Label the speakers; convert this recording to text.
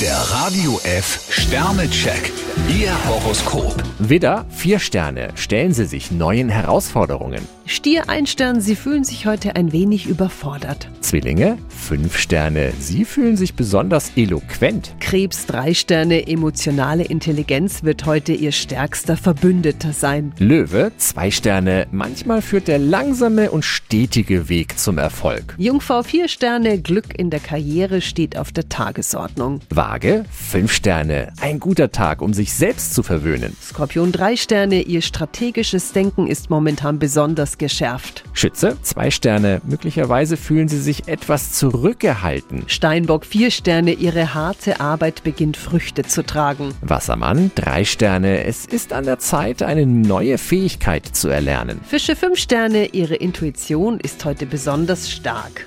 Speaker 1: Der Radio F Sternecheck. Ihr Horoskop.
Speaker 2: Widder, vier Sterne, stellen Sie sich neuen Herausforderungen.
Speaker 3: Stier ein Stern, Sie fühlen sich heute ein wenig überfordert.
Speaker 2: Zwillinge, fünf Sterne, Sie fühlen sich besonders eloquent.
Speaker 3: Krebs drei Sterne, emotionale Intelligenz wird heute Ihr stärkster Verbündeter sein.
Speaker 2: Löwe, zwei Sterne, manchmal führt der langsame und stetige Weg zum Erfolg.
Speaker 3: Jungfrau vier Sterne, Glück in der Karriere steht auf der Tagesordnung.
Speaker 2: Waage, fünf Sterne, ein guter Tag, um sich selbst zu verwöhnen.
Speaker 3: Skorpion drei Sterne, Ihr strategisches Denken ist momentan besonders geschärft.
Speaker 2: Schütze, zwei Sterne, möglicherweise fühlen Sie sich etwas zurückgehalten.
Speaker 3: Steinbock vier Sterne, Ihre harte Arbeit beginnt Früchte zu tragen.
Speaker 2: Wassermann, drei Sterne, es ist an der Zeit, eine neue Fähigkeit zu erlernen.
Speaker 3: Fische fünf Sterne, Ihre Intuition ist heute besonders stark.